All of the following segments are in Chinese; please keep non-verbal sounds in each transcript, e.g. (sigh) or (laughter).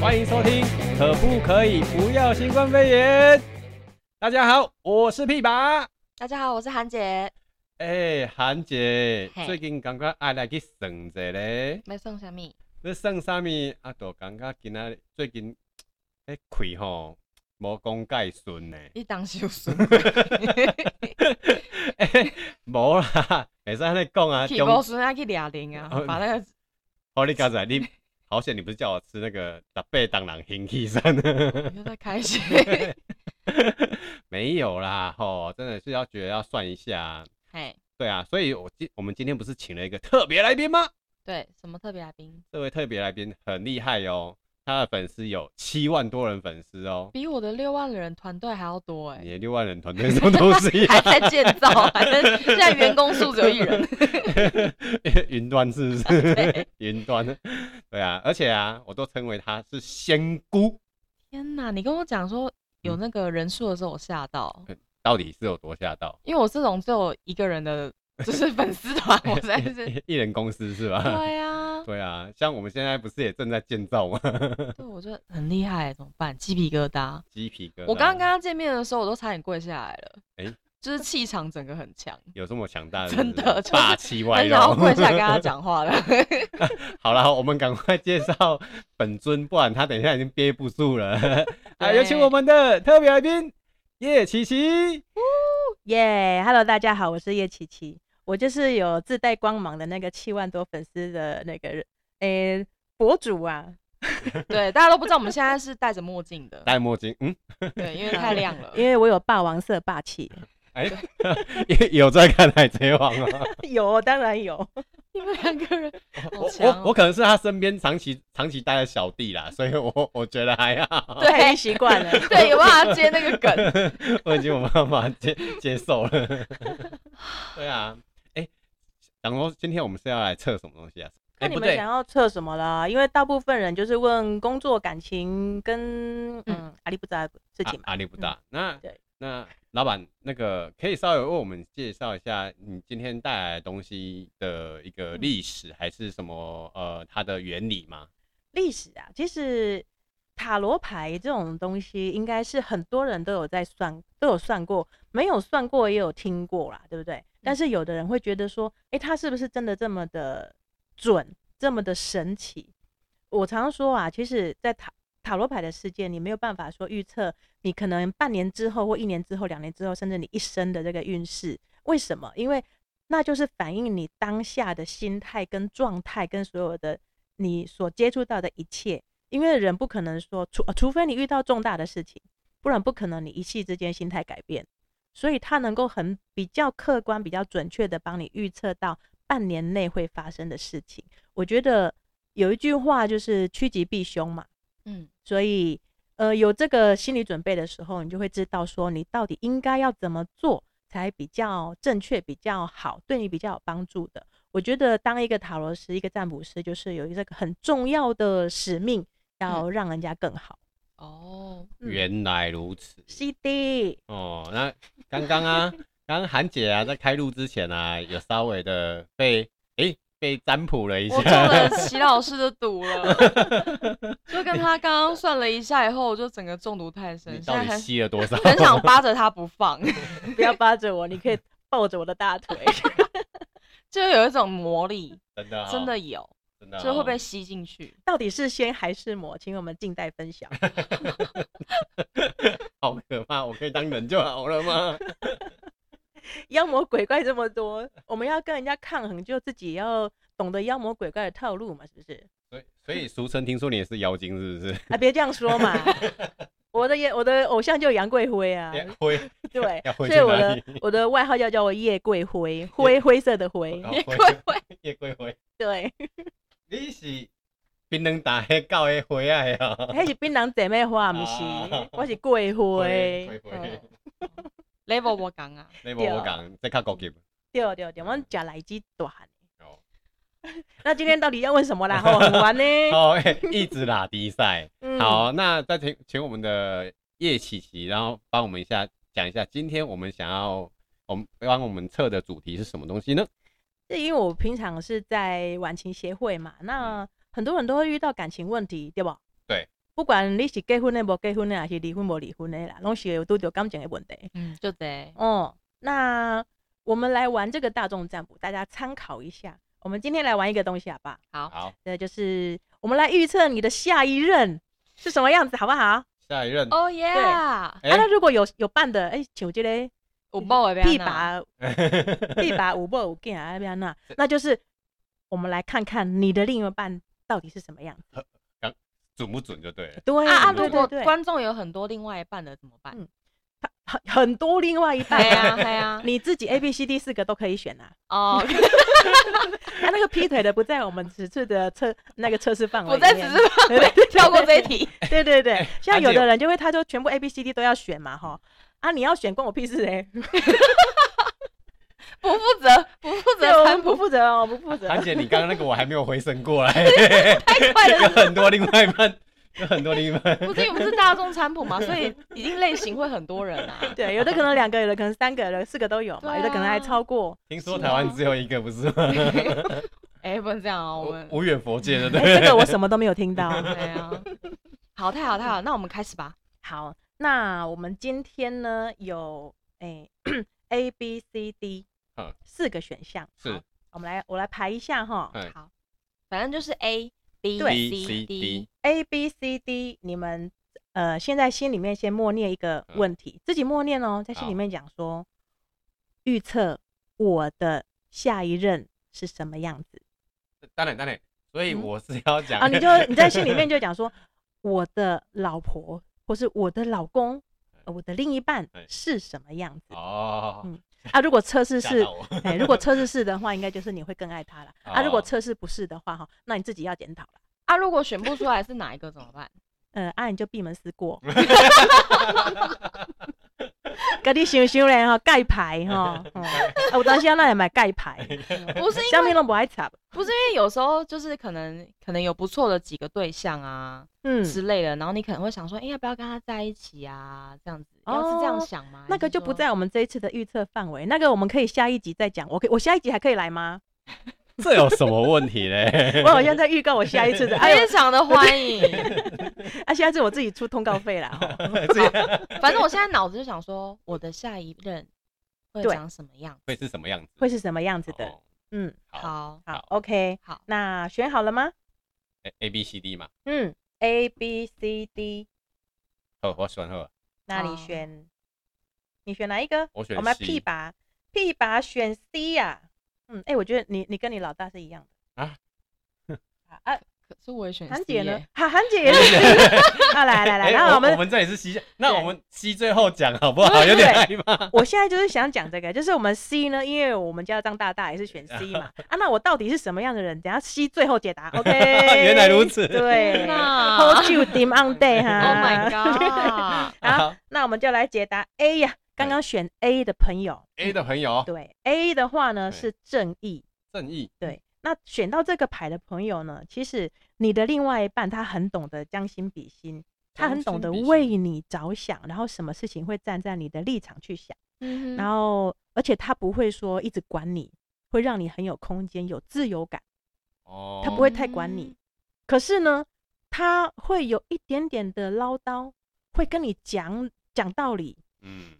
欢迎收听《可不可以不要新冠肺炎》。大家好，我是屁拔。大家好，我是韩姐，哎、韩姐嘿，最近感觉爱来去耍一下咧。没送什么，你耍啥物？啊，就感觉今仔最近迄开吼，无讲介顺 (laughs) 呢。你当修 (laughs) 书，哎无啦，袂使安尼讲啊。去无孙啊去俩零啊哦，把那 (laughs) 个好，你刚才你好险，你不是叫我吃那个十八当人兴起山？你又在开 (laughs) 心。 (laughs) 没有啦，吼，真的是要觉得要算一下。嘿，对啊，所以我今我们今天不是请了一个特别来宾吗？对，什么特别来宾？这位特别来宾很厉害哦，他的粉丝有七万多人粉丝哦，比我的六万人团队还要多哎、你的六万人团队什么东西 (laughs) 还在建造，还在现在员工数只有一 (laughs) 人。云端是不是？云端，对啊，而且啊，我都称为他是仙姑，天哪，你跟我讲说有那个人数的时候，我吓到，到底是有多吓 (laughs) 到？因为我这种只有一个人的，就是粉丝团，我实在 (laughs) (laughs) 是。一人公司是吧？对啊，对啊，像我们现在不是也正在建造吗？对，我觉得很厉害，欸怎么办？鸡皮疙瘩。鸡皮疙瘩。我刚刚跟他见面的时候，我都差点跪下来了。诶就是气场整个很强，有这么强大的真人的就是霸气外很想要露。跪下来跟 (laughs) 他讲话了。好了，我们赶快介绍本尊，不然他等一下已经憋不住了。 (laughs) 啊，对有请我们的特别来宾叶琪琪。耶、h e l l o 大家好，我是叶琪琪，我就是有自带光芒的那个七万多粉丝的那个人，诶、博主啊，对，大家都不知道我们现在是戴着墨镜的，戴墨镜，嗯，对，因为太亮了。 (laughs) 因为我有霸王色霸气，哎、也 (laughs) 有在看《海贼王》啊。 (laughs) 有当然有，你们两个人我好强哦我我可能是他身边长期长期待的小弟啦，所以我我觉得还好。对已经习惯了。对有办法接那个梗， (laughs) 我已经没办法接接受 (laughs) 了。对啊，哎、然后今天我们是要来测什么东西啊？哎、那你不们对想，要测什么啦？因为大部分人就是问工作、感情跟嗯阿里不扎事情嘛。啊压力不大。那对那老板，那个可以稍微为我们介绍一下你今天带来的东西的一个历史，还是什么呃它的原理吗？历史啊，其实塔罗牌这种东西，应该是很多人都有在算，都有算过，没有算过也有听过啦，对不对？但是有的人会觉得说，诶，它是不是真的这么的准，这么的神奇？我常说啊，其实，在塔塔罗牌的世界，你没有办法说预测你可能半年之后或一年之后、两年之后，甚至你一生的这个运势。为什么？因为那就是反映你当下的心态、跟状态、跟所有的你所接触到的一切。因为人不可能说，除、呃除非你遇到重大的事情，不然不可能你一夕之间心态改变。所以它能够很比较客观、比较准确的帮你预测到半年内会发生的事情。我觉得有一句话就是趋吉避凶嘛，嗯，所以呃，有这个心理准备的时候，你就会知道说你到底应该要怎么做才比较正确、比较好，对你比较有帮助的。我觉得当一个塔罗师、一个占卜师，就是有一个很重要的使命，要让人家更好。哦，嗯原来如此 CD 哦。那刚刚啊，刚刚韩姐啊，在开录之前啊，有稍微的被哎、被占卜了一我中了下，齐老师的毒 (laughs) 了，就跟他刚刚算了一下以后，我就整个中毒太深你，现到在底很吸了多少？很想扒着他不放， (laughs) 不要扒着我，你可以抱着我的大腿。 (laughs) 就有一种魔力，真的、哦、真的有，真的、哦，就会被吸进去。到底是仙还是魔？请我们静待分享。好可怕！我可以当人就好了吗？ (laughs) 妖魔鬼怪这么多，我们要跟人家抗衡，就自己要懂得妖魔鬼怪的套路嘛，是不是？所以所以俗称听说你也是妖精，是不是？ (laughs) 啊，别这样说嘛。我的也我的偶像就杨贵 (laughs) 妃啊，哎会对 (laughs) 要，回去所以我哪的里我的外号叫叫我夜贵 (laughs) 妃，灰灰色的灰，哦也会会会， (laughs) (laughs) 叶贵会。对，你是槟榔打迄狗的花啊哟，那是槟榔姐妹花，不啊 (laughs) 是，我是贵花妃，花嗯 level 我讲啊，你无我讲，这较高级。对对对，我们假来鸡短。哦，那今天到底要问什么啦？好，很玩呢。 (laughs) 好，哎一直打比赛。嗯，好，那再请请我们的叶琪琪，然后帮我们一下讲一下，今天我们想要我们帮我们测的主题是什么东西呢？是因为我平常是在晚情协会嘛，那很多人都会遇到感情问题，对不？对。不管你是结婚的无结婚的，还是离婚无离婚的啦，拢是有拄着感情的问题。嗯，就得哦，那我们来玩这个大众占卜，大家参考一下。我们今天来玩一个东西，好不好？好，好，这就是我们来预测你的下一任是什么样子，好不好？下一任，哦耶，哎啊，那如果有有伴的，哎、像这个有某的第变啊，把第把五波五件啊，要那那就是我们来看看你的另一半到底是什么样子。 (laughs) 准不准就对了。对啊啊！对如对果对，观众有很多另外一半的怎么办 (laughs) 嗯？很很多另外一哎半， (laughs) 呀哎呀，你自己 A、B、C、D 四个都可以选啊。哦，他那个劈腿的不在我们此次的测那个测试范围我里面，在只是 (laughs) 对对对跳过这一题，对对对哎，像安姐有的人就会，他就全部 A、B、C、D 都要选嘛，哈。啊，你要选关我屁事哎、不负责不负 (laughs) 对，责我参们不不负责哦，不负责。韩姐，你刚刚那个我还没有回神过 (laughs) 来，快有了。很多另外一半，有很多另一半。不是因为我们是大众餐谱嘛，所以一定类型会很多人 (laughs) 啊。对，有的可能两个，有的可能三个，有的四个都有嘛，对啊有的可能还超过。听说台湾只有一个，不是吗？哎，不能这样啊，我们无无远佛界的，对 (laughs) 哎、不对？这个我什么都没有听到。对啊，好，太好太好，那我们开始吧。好，那我们今天呢有哎、A、B、C、D 嗯四个选项，是好，我们来我来排一下哈。哎好，反正就是 A B 对 B C C D D， A、B、C、D，你们呃，现在心里面先默念一个嗯问题，自己默念哦，在心里好面讲说，预测我的下一任是什么样子当然当然，所以嗯我是要讲啊？你就你在心里面就讲说，我的老婆或是我的老公，呃我的另一半哎是什么样子哦，啊？如果测试吓是到我哎，如果测试是的话，应该就是你会更爱他了啊。如果哦测试不是的话，哈，那你自己要检讨了。啊，如果选不出来是哪一个怎么办？呃，啊，你就闭门思过， (laughs) 跟你想想嘞哈，盖牌 (laughs) 哈，嗯啊，有当时啊，咱也买盖牌，不是因下为面都不爱插，不是因为有时候就是可能可能有不错的几个对象啊嗯，之类的，然后你可能会想说，哎，要不要跟他在一起啊？这样子，哦要是这样想吗？那个还是就说不在我们这一次的预测范围，那个我们可以下一集再讲。我可以，我下一集还可以来吗？这有什么问题嘞我？好像在预告我下一次 (laughs) 的，哎，非常的欢迎。 (laughs) 啊，下一次我自己出通告费啦。哈这样反正我现在脑子就想说，我的下一任会对长什么样？会是什么样子？会是什么样子的？哦嗯，好好，好好，OK，好那选好了吗？ ，A A B C D 嘛，嗯，A B C D，好，我选好，那你好选，你选哪一个？我选我们 C 屁拔屁拔选 C 呀、嗯，哎、我觉得你你跟你老大是一样的啊。啊 (laughs) 啊，可是我也选韩 C 姐呢耶？？哈，韩 (laughs) 姐也是 C。啊，来来来，哎然后我我们我们这里是 C，那对我们 C 最后讲好不好？有点害怕。我现在就是想讲这个，就是我们 C 呢，因为我们家张大大也是选 C (laughs) 嘛。啊，那我到底是什么样的人？等一下 C 最后解答。OK，原来如此对 (laughs) 天。哪 Hold you dim on day 哈。 Oh my (laughs) god！好，那我们就来解答 A 呀、哎刚刚选 A 的朋友， ，A 的朋友对 A 的话呢哦对嗯是正义，正义，对，那选到这个牌的朋友呢，其实你的另外一半他很懂得将心比心，他很懂得将心比心为你着想，然后什么事情会站在你的立场去想，嗯然哼，后而且他不会说一直管你，会让你很有空间、有自由感，哦，他不会太管你。嗯可是呢，他会有一点点的唠叨，会跟你讲讲道理。嗯，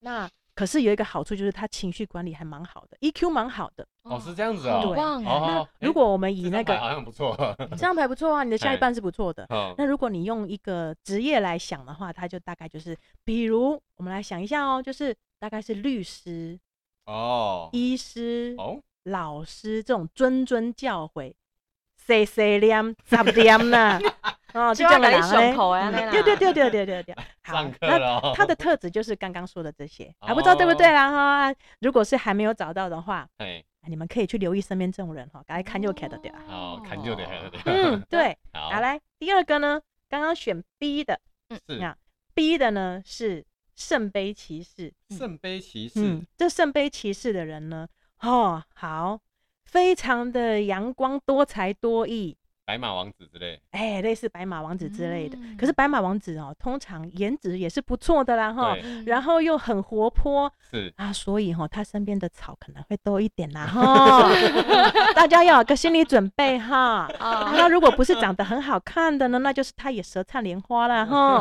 那可是有一个好处就是他情绪管理还蛮好的，EQ 蛮好的。哦是这样子哦好棒哦哦！那哎如果我们以这那张个牌好像不 (laughs) 错，这张牌不错啊，你的下哎一半是不错的。好那如果你用一个职业来想的话，它就大概就是，比如我们来想一下哦，就是大概是律师、哦医师、哦，老师这种谆谆教诲。C C 念十念 (laughs) 呐，哦，就这样的要人跟你上口呢嗯啊那样啦对对对对对对对。(laughs) 好上，课那了哦，他的特质就是刚刚说的这些，啊，哦不知道对不对啦哈。如果是还没有找到的话，哎，你们可以去留意身边这种人哈，啊赶快看就看得掉。啊哦好，看就得，看就得，嗯， (laughs) 对。哦好，好， (laughs) 来第二个呢，刚刚选 B 的是那 B 的呢是圣杯骑士，圣杯骑士嗯，，这圣杯骑士的人呢，哦，好，非常的阳光多才多艺，白马王子之类，哎，类似白马王子之类的。嗯可是白马王子哦，通常颜值也是不错的啦哈，嗯对，然后又很活泼是啊，所以哈、他身边的草可能会多一点 (laughs) 啦哈，大家要有个心理准备哈。啊，啊那如果不是长得很好看的呢，那就是他也舌灿莲花啦 (laughs) 哈。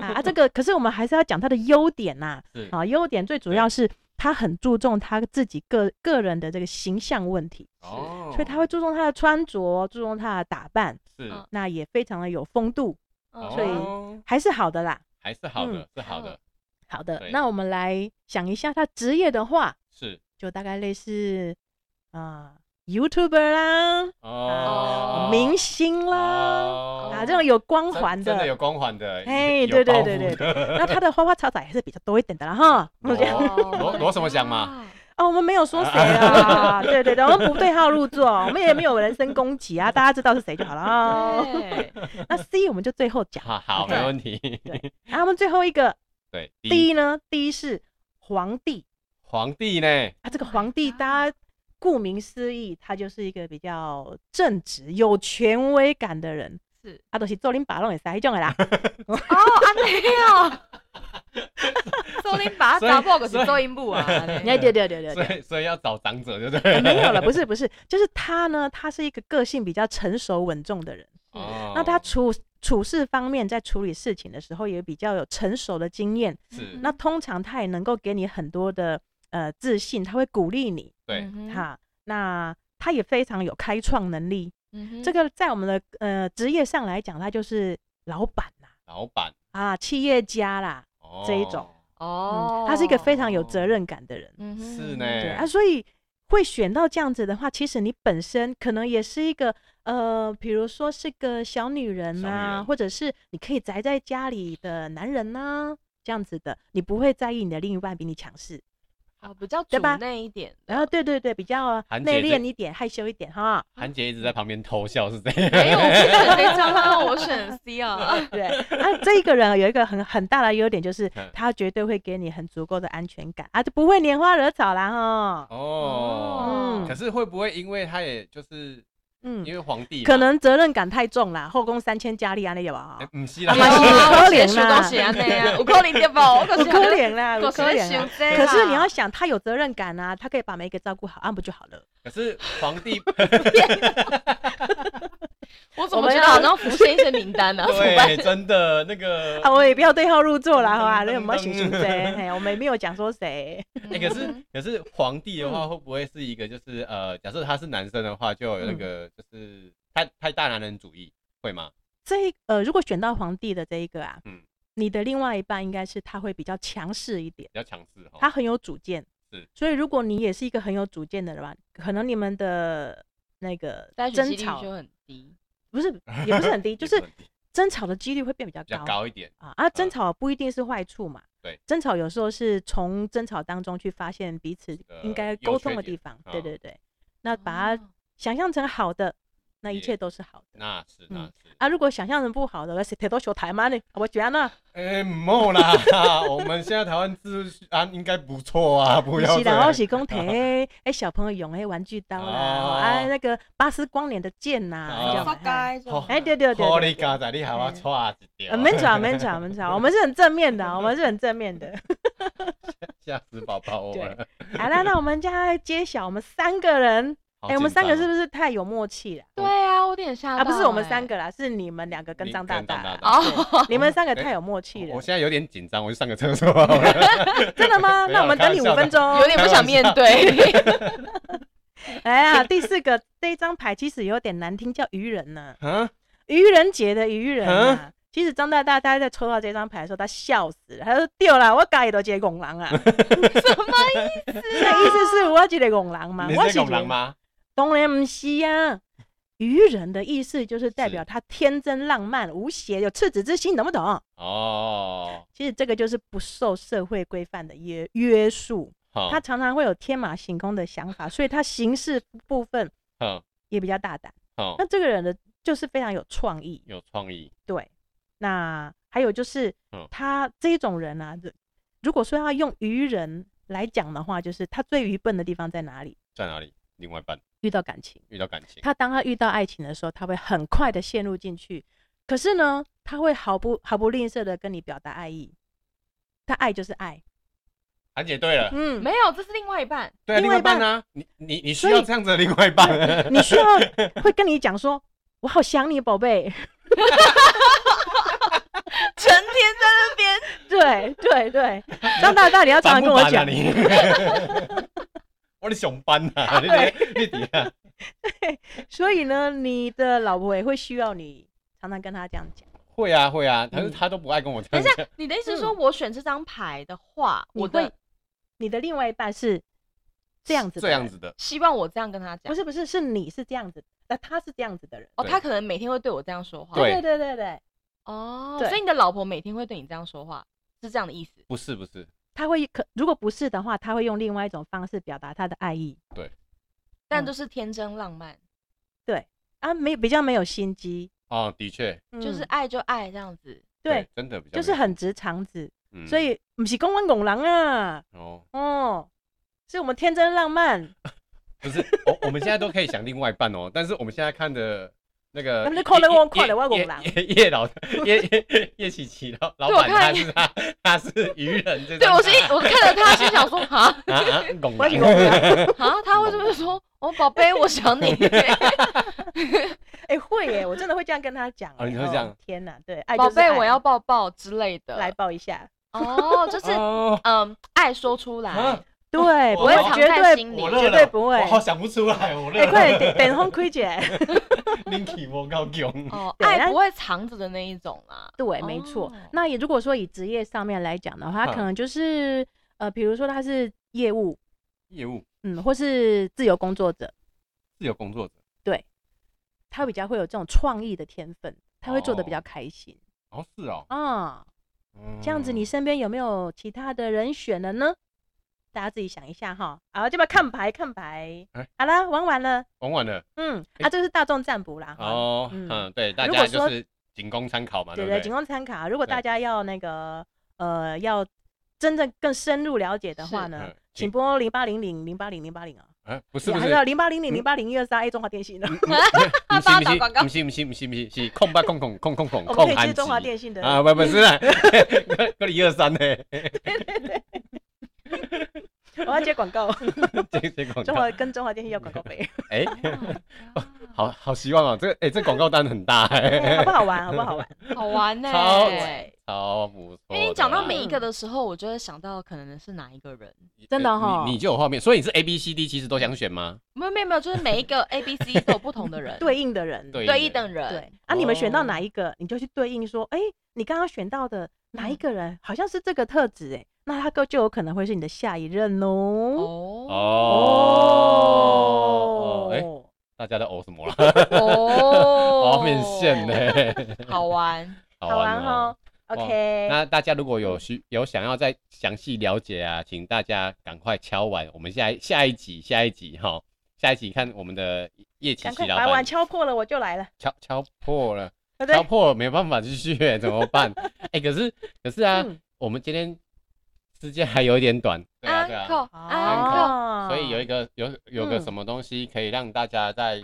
啊，啊这个可是我们还是要讲他的优点呐、 (laughs) 是，啊，优点最主要是他很注重他自己个个人的这个形象问题，哦所以他会注重他的穿着，注重他的打扮，是，嗯那也非常的有风度，嗯所以哦还是好的啦。还是好的嗯，是好的，好的，对那我们来想一下他职业的话，是就大概类似啊、YouTuber 啦、哦，明星啦、哦啊这种有光真环真的有光环的，哎有对对包对对袱的那他的花花草草也是比较多一点的啦哦哈。我觉得罗罗罗什么祥嘛，哦，我们没有说谁 (laughs) 啊，对对对，我们不对号入座，我们也没有人身攻击啊，大家知道是谁就好了啊。对，那 C 我们就最后讲，好好，没对问题。对然后我们最后一个对，第 D 一呢，D 是皇帝皇帝呢，啊，这个 Oh my 皇帝 God 大家顾名思义，他就是一个比较正直、有权威感的人。是啊，都是做恁爸拢会使迄种的啦，哦，啊安尼哦，周林把他所以砸爆可所是以周音部啊，安尼哎，对对对对所对，以所以要找长者，对不对？啊没有了，不是不是，就是他呢，他是一个个性比较成熟稳重的人，哦那他处处事方面，在处理事情的时候也比较有成熟的经验，是那通常他也能够给你很多的呃自信，他会鼓励你嗯对，哈、那他也非常有开创能力，这嗯这个在我们的呃职业上来讲，他就是老板啦老板啊，企业家啦，哦这一种嗯哦，他是一个非常有责任感的人。嗯哼是呢对啊，嗯所以会选到这样子的话，其实你本身可能也是一个呃，比如说是个小女人小呐、女人或者是你可以宅在家里的男人呐、这样子的，你不会在意你的另一半比你强势。哦比较主对吧内一 (laughs) 点，然后对对对，比较韩内姐敛这一点，害羞一点哈。韩姐一直在旁边偷笑，是这样。 (laughs) 没有，我选谁叫他让我选 C (laughs) 啊？对啊，这一个人有一个很很大的优点，就是嗯他绝对会给你很足够的安全感啊，就不会拈花惹草啦哈。哦，嗯可是会不会因为他也就是嗯因，为皇帝嘛，可能责任感太重啦，后宫三千佳丽安利有吧哎，？不是啊啦，有嘛是有可能啦都是安尼啊，有可能对不？我有可是可怜啦，有我可怜啦想。这可啦是你啊要想，他有责任感啊，他可以把每一个照顾好，按、啊、不就好了？可是皇 (laughs) 帝我怎么觉得好像浮现一些名单呢？啊怎么办对，真的那个 (laughs) 啊，我也不要对号入座啦，好吧？嗯那有没有 (laughs) 行行嗯谁？嘿，我们也没有讲说谁。哎、可是可是皇帝的话，会不会是一个就是、呃，假设他是男生的话，就有那嗯个就是太太大男人主义，会吗？这一呃，如果选到皇帝的这一个啊，嗯你的另外一半应该是他会比较强势一点，比较强势哈。他很有主见是。所以如果你也是一个很有主见的人吧，可能你们的那个但争吵就很低，不是也不是很低，(laughs) 就也是不能比争吵的几率会变比较比较高。高一点，啊啊，争吵不一定是坏处嘛。嗯对，争吵有时候是从争吵当中去发现彼此的应该优沟缺通的点地方。对啊对对，那哦把它想象成好的，那一也切都是好的。那是那嗯是。啊，如果想象成不好的，那是铁都球台嘛呢？我觉得呢，哎、莫啦， (laughs) 我们现在台湾治安啊应该不错 (laughs) 啊，不不要是这啦，样我。是讲提哎小朋友用哎玩具刀啦，哦啊那个巴斯光年的剑呐，哦这样发哎好哎对对对好对你对。刚才你还要错一点呃，，没错，没错，没错，我们是很正面的，我们是很正面的。 (laughs) (laughs) 吓死宝宝我们对。好啦，那我们家揭晓，我们三个人好哎、我们三个紧是张哦不是太有默契了？对啊，我有点吓到啊，不是我们欸哦三个啦，是你们两个跟你张大跟张大啦。大大对你们三个哎太有默契我了我。现在有点紧张，我去上个厕所好了。真的 (laughs) 吗？没有那我们等你五开玩笑的分钟。哦 (laughs) 有点不想面对。哎呀，第四个这一张牌其实有点难听，叫愚人呢、 (laughs) 啊，愚人节的愚人嗯啊。其实张大大大家在抽到这张牌的时候，他笑死了，他说：“丢啦，我家里都接拱 (laughs) 狼啊。”那意思啊是我这个拱狼吗？你我是是狗狼？吗？当然不是啊。愚人的意思就是代是表他天真浪漫、无邪、有赤子之心，懂不懂？哦，其实这个就是不受社会规范的约约束，好，他常常会有天马行空的想法，所以他行事部分好，也比较大胆。好那，这个人的就是非常有创意，哦有创意，对。那还有就是嗯他这种人啊，如如果说要用愚人来讲的话，就是他最愚笨的地方在哪里？在哪里？另外一半遇到感情，遇到感情，他当他遇到爱情的时候，他会很快的陷入进去。可是呢，他会毫不毫不吝啬的跟你表达爱意，他爱就是爱，韩姐啊对了，嗯，没有，这是另外一半。对啊，另另外外一一半半呢？你你你需所以要这样子的另外一半， (laughs) 你 (laughs) 需要会跟你讲说，我好想你，宝贝。成天在那边，对对对，张大大你要烦常常跟不我烦啊讲，你。 (laughs) 我的熊班啊，你你你底下所以呢，你的老婆也会需要你常常跟她这样讲。会啊会啊，可是嗯他都不爱跟我这等一样下讲。你的意思是说我选这张牌的话，你我会会你的另外一半是这样子，这样，子的，希望我这样跟他讲不。是不是，是你是这样子，那他是这样子的人。哦，对他可能每天会对我这样说话。对对对对对，哦，对所以你的老婆每天会对你这样说话，是这样的意思。不是不是，他会可如果不是的话，他会用另外一种方式表达他的爱意但嗯就是天真浪漫，啊，没比较没有心机，哦，的确，就是嗯爱就爱这样子。对，，真的比较就是没很直肠子，有，嗯所以不是公关拱狼啊，哦，哦，是我们天真浪漫，不是，我我们现在都可以想另外一半哦，但是我们现在看的那个他叶，们就看了我看了我叶戆人叶叶叶老 (laughs) 叶叶叶琪琪老老对我板他看是他他是愚人这张卡，对，我是一我看着他，心想 (laughs) 说啊啊啊拱我狼是戆 (laughs) 人啊，他会这么说，哦，宝贝，我想 (laughs) 你，欸哎、会耶，我真的会这样跟他讲、哦哎你会这样天哪，对，爱宝就是爱贝，我要抱抱之类的。来抱一下，哦，就是哦嗯，爱说出来啊，对，我不会我，绝藏在对心不里我你乐绝了，对不会我。好想不出来，哦我乐哎、了。快点， (laughs) 等红亏姐。 ，Linky 我高勇，哦，对爱那不会藏着的那一种 (laughs) 啦。对，没错哦。那也如果说以职业上面来讲的话，他可嗯能就是呃，比如说他是业务，业务嗯，或是自由工作者，自由工作者，他比较会有这种创意的天分，他会做的比较哦开心哦是哦，啊、这样子，你嗯身边有没有其他的人选了呢？大家自己想一下哈。好，这边看牌，看牌哎。好啦，玩完了。玩完了嗯，哎啊，这是大众占卜啦。哈哦，嗯嗯对，大如果家说就是仅供参考嘛，对不对，对？仅供参考。如果对大家要那个呃，要真正更深入了解的话是呢嗯，请请拨零八零零零八零零八零啊，啊不是也不还是嗯是，零八零零零八零一二三 A 中华电信的，不帮我是打广告不是不是不是不是是空吧空空空空空我们可空以接韩中华籍电信的。啊，不不是啦，那那一二三呢？我要接广告，这这广中告华，跟中华电信要广 (laughs) 告费，哎，哦好好希望哦，这个哎这广告单很大哎哎好不，好玩？好不好玩？好玩呢。超嗯对超不错的因啦。为你讲到每一个的时候，我就会想到可能是哪一个人。真的呃哈你你就有画面，所以你是 A B C D 其实都想选吗？没有没有没有，就是每一 (laughs) 个 A B C 都有不同的人，对应的人，对对一等人。对，啊，你们选到哦哪一个，你就去对应说，哎，你刚刚选到的嗯哪一个人好像是这个特质，哎，那他就就有可能会是你的下一任哦。哦哦，哎，哦，大家在哦什么啦？哦好面线呢，，好玩。好好玩哦哦。。OK，那大家如果有需有想要再详细了解啊，请大家赶快敲完，我们下一下一集下一集哈，下一集看我们的叶琪赶琪快老把碗板敲破了，我就来了。敲敲破了，对不敲对？破了没有办法继续 (laughs) 欸、怎么办？哎、可是可是啊，嗯我们今天时间还有一点短， (laughs) 对啊对啊， Uncle Uncle，所以有一个个有有个嗯什么东西可以让大家在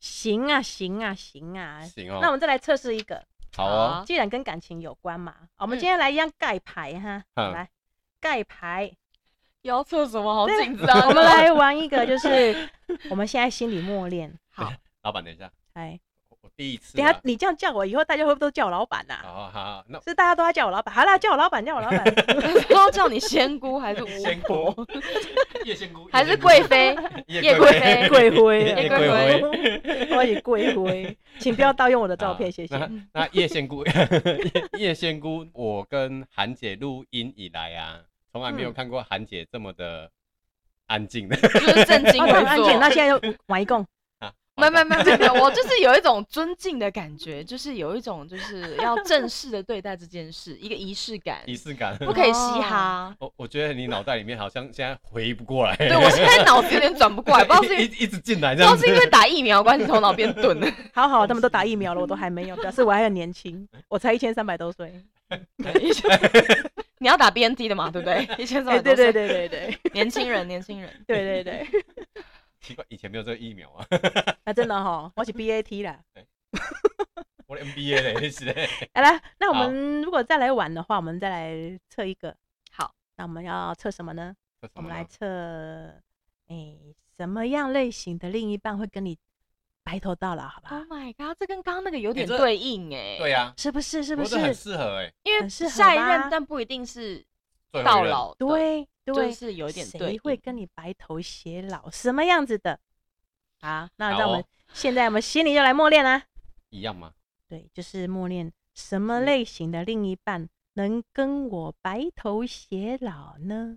行啊，行啊，行啊。行哦、那我们再来测试一个，好哦，好既然跟感情有关嘛，我们嗯今天来一样盖牌哈，嗯来盖牌。要测什么？好对紧 (laughs) (laughs) 张哦。我们来玩一个，就是 (laughs) 我们现在心里默念，好，老板等一下，哎，我我第一次等啊、一下你这样叫我，以后大家会不会都叫我老板呐？好好好好，那是大家都要叫我老板，好啦，叫我老板，叫我老 (laughs) 板，不知道叫你仙姑还是巫仙婆，姑 (laughs) 叶仙姑还是贵妃？ (laughs) 叶贵妃贵妃哎啊，叶贵妃 (laughs) 我也贵妃，请不要盗用我的 (laughs) 照片，啊谢谢。嗯那那叶仙姑， (laughs) 叶仙姑，我跟韩姐录音以来啊，从来没有嗯看过韩姐这么的安静的。就是正襟 (laughs) 哦，危那安坐检，。那现在就玩一共。没有没有没有没有没有，我就是有一种尊敬的感觉，就是有一种就是要正式的对待这件事，一个仪式感，仪式感。 (laughs) 不可以嘻哈。我我觉得你脑袋里面好像现在回不过来，对我现在脑子有点 (laughs) 转不过来，不知道是因一为一一直进来不这知道样是子因。为打疫苗的关系，头脑变钝了。(laughs) 好好，他们都打疫苗了，我都还没有，表示我还很年轻，我才一千三百多 (laughs) 岁。你要打 BNT 的嘛，对不对？一千三哎，百对多对岁， (laughs) 对对对年轻人，年轻人。对对对，奇怪，以前没有这个疫苗啊， (laughs) 那真的哈，我是 BAT 啦。我的 MBA 嘞，是嘞。好了，那我好们如果再来玩的话，我们再来测一个。好，那我们要测什么呢？这什我么们来呢测，哎、什么样类型的另一半会跟你白头到老，好不好？ Oh my god，这跟刚刚那个有点这对应哎、对啊呀，是不是？是是不很是？适合哎？因为很适合下一吧任但不一定是最后到一任，老的，对就对，是有一点对嗯谁应。会跟你白头偕老？什么样子的？好，那好让我们哦现在我们心里就来默念啦、啊一样吗？对，就是默念什么是类型的另一半能跟我白头偕老呢？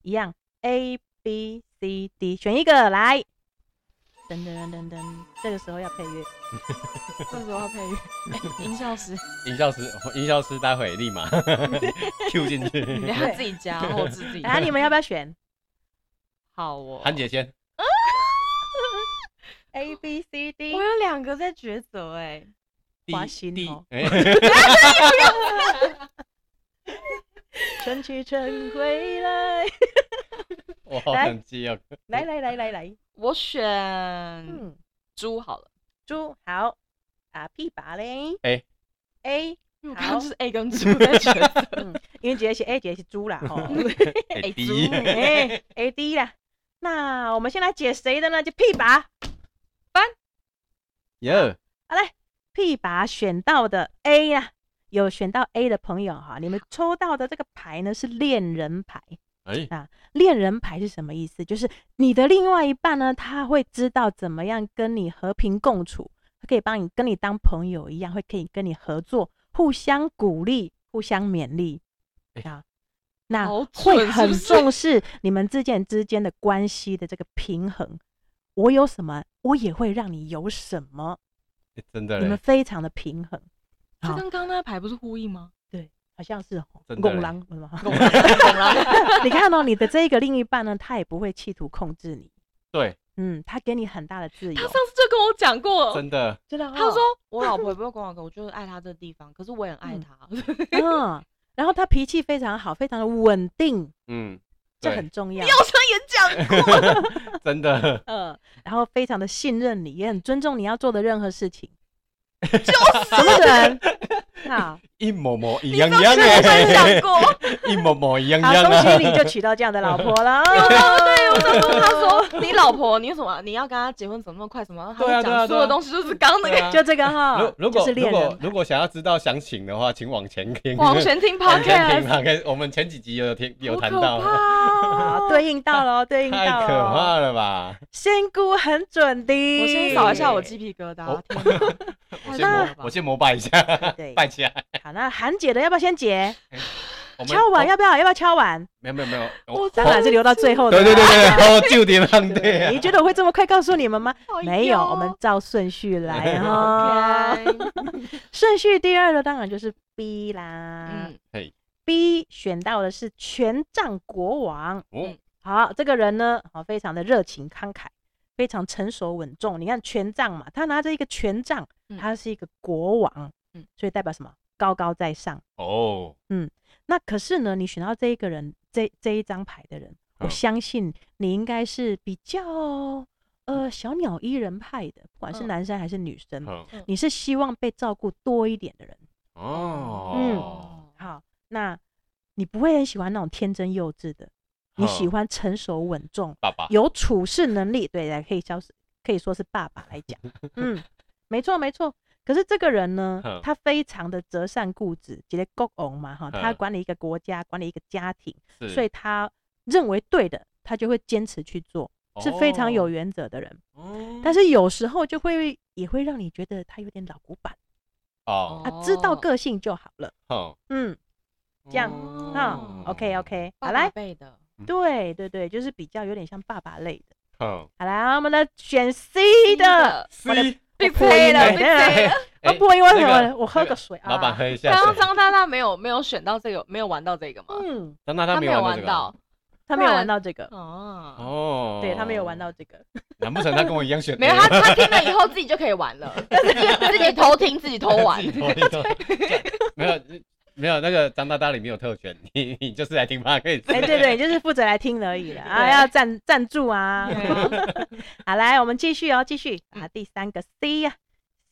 一样，A B C D，选一个来。噔噔噔噔，这个时候要配乐。这时候要配乐，哎音效师，音效师，音效师，待会立 (laughs) 马 (laughs) Q 进你去。要自己加后置自己然后加。你们要不要选好哦，韩姐先， A B C D？我有两个在抉择哎，第花一心第 (laughs) 哦哎春去春回来，我好来想接哦。 (laughs) 来来来来来，我选嗯，猪好了，猪好啊，屁拔嘞 A A，因为我好刚刚就是 A 跟 (laughs) 猪在抉择。嗯，因为姐姐是 A，姐姐是猪啦，哦，哎哎第猪一， (laughs) 哎 A D 啦。那我们先来解谁的呢？就屁拔。耶，好嘞，屁拔选到的 A 呀、有选到 A 的朋友哈，你们抽到的这个牌呢是恋人牌。哎，啊恋人牌是什么意思？就是你的另外一半呢，他会知道怎么样跟你和平共处，他可以帮你跟你当朋友一样，会可以跟你合作，互相鼓励，互相勉励哎啊。那好会蠢是很不是重视你们之间之间的关系的这个平衡。我有什么，我也会让你有什么，哎真的你们嘞，非常的平衡。这好跟刚刚那牌不 (laughs) 是呼应吗？对，好像是哦，真的拱嘞狼什么？懂了，懂了。 (laughs) 你看哦，你的这一个另一半呢，他也不会企图控制你，对，嗯，他给你很大的自他由上，次就跟我讲哦过，真的，真的、他说，哦我老婆也不会跟我讲，我就是爱她这地方，可是我也很爱嗯 (laughs) 她。嗯，然后他脾气非常好，非常的稳定，嗯，这对，很重要，(laughs) 上演讲过，真的，嗯，然后非常的信任你，也很尊重你要做的任何 (laughs) 事情，就是什么 (laughs) 人？好，一模模一你样上次样跟我啊分享 (laughs) 哎，过，一模模一样好，样恭 (laughs) 喜你就啊，娶到这样的老婆 (laughs) 了，哦对，我想说，他说你老婆，你有什么？你要跟她结婚怎么那么快？什么？他对啊会对啊讲所对有啊东西就是刚那对个啊就这个哈如，如就果是如恋果人，如果想要知道详情的话，请往前听，往 (laughs) 前听往前听 podcast，吧，跟我们前几集有听有好谈可到，怕好，哦。对应到了，对应太到可怕了，哦了吧！仙姑很准的，我先扫一下我鸡皮疙瘩我，天哪我太先膜可 (laughs) 怕了吧我先膜拜一下对，拜起来。好，那韩姐的要不要先解？我们敲碗我要不要？要不要敲碗？没有没有没有，我当然是留到最后的。对对对对，我就点上对啊你。觉得我会这么快告诉你们吗？哎呦没有，我们照顺序来哈。 (laughs) OK，顺序第二的当然就是 B 啦。嗯， B 选到的是权杖国王。哦好，这个人呢，好，非常的热情慷慨，非常成熟稳重。你看权杖嘛，他拿着一个权杖，嗯他是一个国王，嗯所以代表什么？高高在上。哦，那可是呢，你选到这一个人，这这一张牌的人，我嗯相信你应该是比较呃小鸟依人派的，不管是嗯男生还是女生，嗯你是希望被照顾多一点的人。嗯哦，好，那你不会很喜欢那种天真幼稚的，你喜嗯欢成熟稳重、爸爸有处事能力，对来可以消可以说是爸爸来讲，嗯，没错没错。可是这个人呢哼，他非常的择善固执，觉得国王嘛哈，他嗯管理一个国家，管理一个家庭，是所以他认为对的，他就会坚持去做，是非常有，原则的人。哦但是有时候就会也会让你觉得他有点老古板，哦，啊，知道个性就好了。哦嗯，这样哦那 OK OK，爸好爸来，辈的，对对对，就是比较有点像爸爸类的。哦好啦，我们来选 C 的。我的 C ，Big 破音 C 了了哎，Big 等一 (laughs) 下 C 了。啊，哎不因为什那么？个我喝那个个水啊。老板喝一下刚刚水。张大大没有没有选到这个，没有玩到这个吗？嗯，张大他大没没有有玩玩到到他没有不玩然到这个，哦，啊哦，对他没有玩到，这个。难不成他跟我一样选 A 没有他他听了以后自 (laughs) 己就可以玩了，自己自己偷听自己偷玩自。己偷一偷没有，没有那个张大大里面有特权，你你就是来听 p o d c 哎，对对，就是负责来听 (laughs) 而已了啊，对要赞赞助啊。 (laughs) (laughs) 对好，来，我们继续哦，继续啊，嗯第三个 C 呀、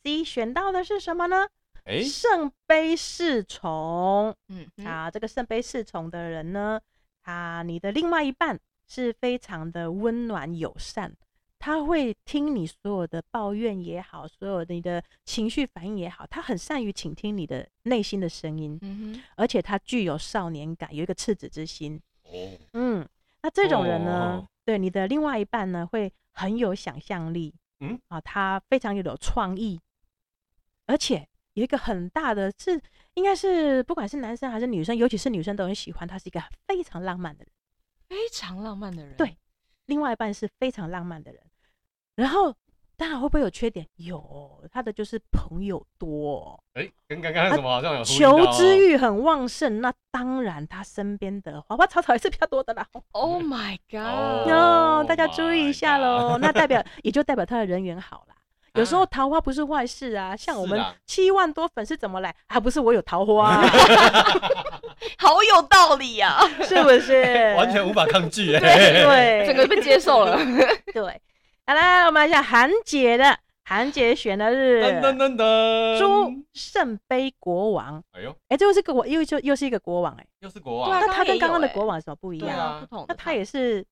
c 选到的是什么呢？哎，圣杯侍从嗯哼，啊，这个圣杯侍从的人呢，啊，你的另外一半是非常的温暖友善，他会听你所有的抱怨也好，所有的你的情绪反应也好，他很善于倾听你的内心的声音，嗯而且他具有少年感，有一个赤子之心。哦，嗯，那这种人呢，哦对你的另外一半呢，会很有想象力，嗯，啊，他非常有创意，而且有一个很大的是，应该是不管是男生还是女生，尤其是女生都很喜欢他，是一个非常浪漫的人，哼，非常浪漫的人，对另外一半是非常浪漫的人，然后。当然会不会有缺点？有，他的就是朋友多，哎，跟刚刚那什么好像有呼应到啊求哦知，欲很旺盛。那当然，他身边的花花草草也是比较多的啦。 ，Oh my God，哦， Oh 大家注意一下 my 喽。 God 那 (laughs) 代表也就代表他的人缘好啦。有时候桃花不是坏事啊，像我嗯是们啊七万多粉丝怎么来啊？不是我有桃花、 (laughs) 好有道理啊呀，是不是？完全无法抗拒， (laughs) 哎， (laughs) 对，整个被接受了，对。好啦，我们来一下韩姐的，韩姐选的是噔噔噔噔，朱，圣杯国王。哎呦，哎，这又是个我又就又是一个国王哎、又是国对啊王，那他跟刚刚刚刚也的有哎国王有什么不一对样？啊不同的那吧，他也是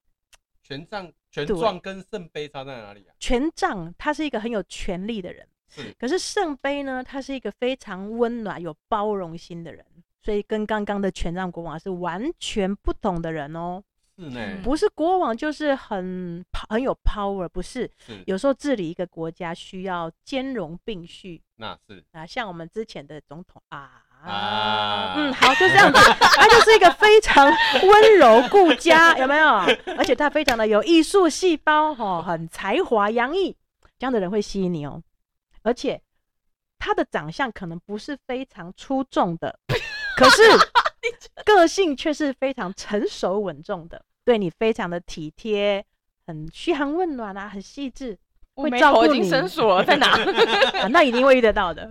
权杖权对杖跟圣杯差在哪里啊？权杖，他是一个很有权力的人。是可是圣杯呢，他是一个非常温暖、有包容心的人，所以跟刚刚的权杖国王是完全不同的人哦。是呢，不是国王就是很 po- 很有 power，不是。是有时候治理一个国家需要兼容并蓄那是啊，像我们之前的总统啊。啊嗯，好，就这样子，他就是一个非常温柔顾家，有没有？而且他非常的有艺术细胞，哦，很才华洋溢，这样的人会吸引你哦。而且他的长相可能不是非常出众的，可是个性却是非常成熟稳重的，对你非常的体贴，很嘘寒问暖啊，很细致、我会眉照头已顾经你生 (laughs) 疏了，在哪？啊，那一定会遇得到的。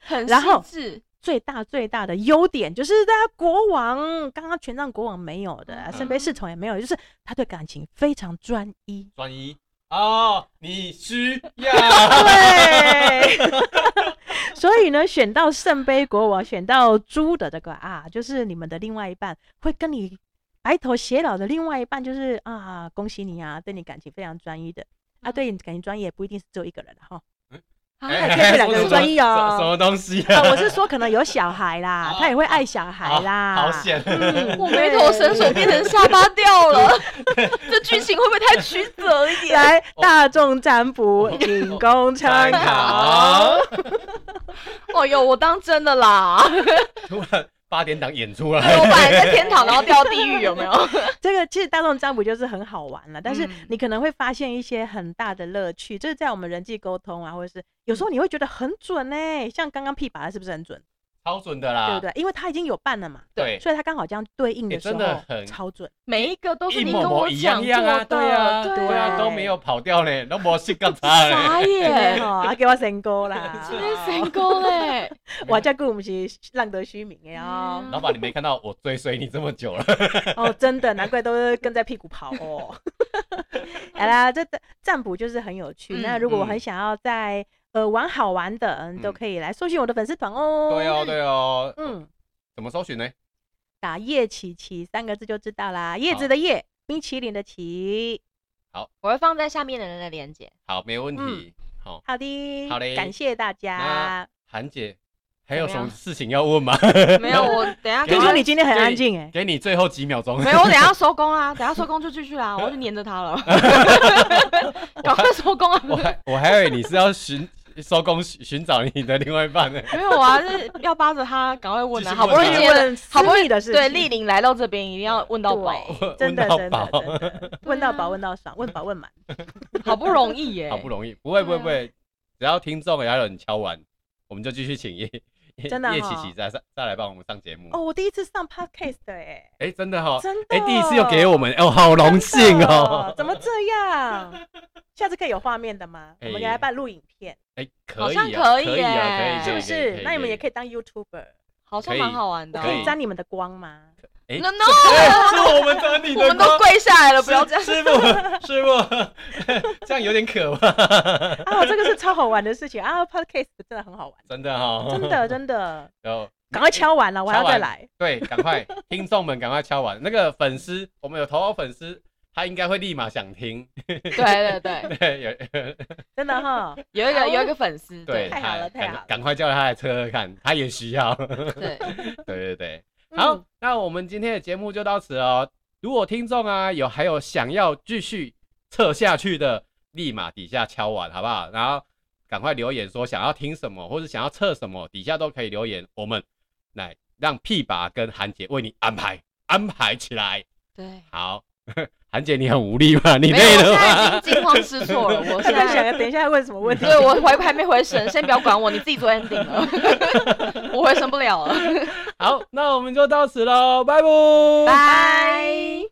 很然后细致最大最大的优点就是大家国王刚刚权杖国王没有的，嗯圣杯侍从也没有，就是他对感情非常专一。专一哦，你需 (laughs) 要啊对，所以呢，选到圣杯国王，选到猪的这个啊，就是你们的另外一半会跟你白头偕老的另外一半，就是啊，恭喜你啊，对你感情非常专一的啊，对你感情专一也不一定是只有一个人哈、啊哎可以配两个人专一哦什么什么东西啊，啊？我是说可能有小孩啦，哦他也会爱小孩啦。好好险嗯我眉头深锁变成下巴掉了， (laughs) 这剧情会不会太曲折一 (laughs) 点？ (laughs) 来大众占卜哦仅供参参考考。哦哟，我当真的啦，突然八点档演出对我来，本来在天堂，然后掉地狱，有没有？这个其实大众占卜就是很好玩了，但是嗯你可能会发现一些很大的乐趣，这是在我们人际沟通啊，或者是有时候你会觉得很准呢、像刚刚 P 把他是不是很准，超准的啦，对不对？因为他已经有伴了嘛，啊对所以他刚好这样对应的哎时真候、的很超准。 (laughs) 每一个都是一你模跟我模一样讲样啊，过对啊，的，对啊，都没有跑掉嘞，都没事干 (laughs) 他嘞，傻耶真 (laughs) 的，哦，啊，给我神勾啦 (laughs) 是！啊那神功欸嘞，我这故不是浪得虚名的哦。老板你没看到我追随你这么久了， (laughs) 哦，真的，难怪都是跟在屁股跑哦。好啦，这这占卜就是很有趣。那嗯如果我嗯很想要在呃玩好玩的，嗯，都嗯可以来搜寻我的粉丝团哦。对哦，对哦，嗯，怎么搜寻呢？打叶琪琪三个字就知道啦，叶子好的叶，冰淇淋的淇。 (laughs) 我会放在下面的人的链接。好，没问嗯题，好，好的，好嘞感谢大家那。韩姐还有怎什么样么事情要问吗？ (laughs) 没有，我等一下给听你赶说快你今天很给你安静哎，给你最后几秒钟，没有，我等一下收工啦，等一下收工就继续啦，我就黏着他了，赶快收工啊！ (laughs) 我还我还以为你是要寻收工寻寻找你的另外一半呢。 (laughs) 没有啊，就是要扒着他赶快问继啊，续好不容易问啊接了，私好不容易密的事情对丽玲来到这边，一定要问到宝，对真的问到真的饱 (laughs) 真的，问到对饱啊问到爽，问饱问满。好不容易耶，好不容易，不会不对啊会不嗯会，只要听众也要有人敲完，我们就继续请叶叶真的哦叶琪琪再再再来帮我们上节目。哦，我第一次上 podcast 哎，哎，真的哈，真的。哎，第一次又给我们，哦，好荣幸哦。 (laughs) 怎么这样？下次可以有画面的吗？我们给哎他办录影片，哎，可好以像啊，可以可以啊，耶可以，可以可是不是？以那你们也可以。以当 YouTuber，好像可以蛮好玩的哦。可可以以沾你们的光吗？哎 (laughs) No 哎 No，是我们找你的我光，们都跪下来了，不要这样师。师傅，师傅，这样有点可怕，啊，这个是超好玩的事情啊！Podcast 真的很好玩，真的哈，真的 (laughs) 真的，然后赶快敲完了，我还要敲完再来。对，赶快听众们赶快敲完，那个粉丝，我们有投稿粉丝，他应该会立马想听， (laughs) 对对对，对，有真的哈，有一好个有一个粉丝，对，对太好他了太好赶了赶快叫他来测测看，他也需要， (laughs) 对，对对对，好，嗯那我们今天的节目就到此哦。如果听众啊有还有想要继续测下去的，立马底下敲完好不好？然后赶快留言说想要听什么，或者想要测什么，底下都可以留言，我们来让屁爸跟韩姐为你安排安排起来。对。好， (laughs) 韩姐你很无力吗？你没有，累我现了在已吗？经惊慌失措了。我他现在在想，等一下问什么问题？对我回还没回神，先不要管我，你自己做 ending 了， (laughs) 我回神不了了，好，那我们就到此喽，拜拜。拜。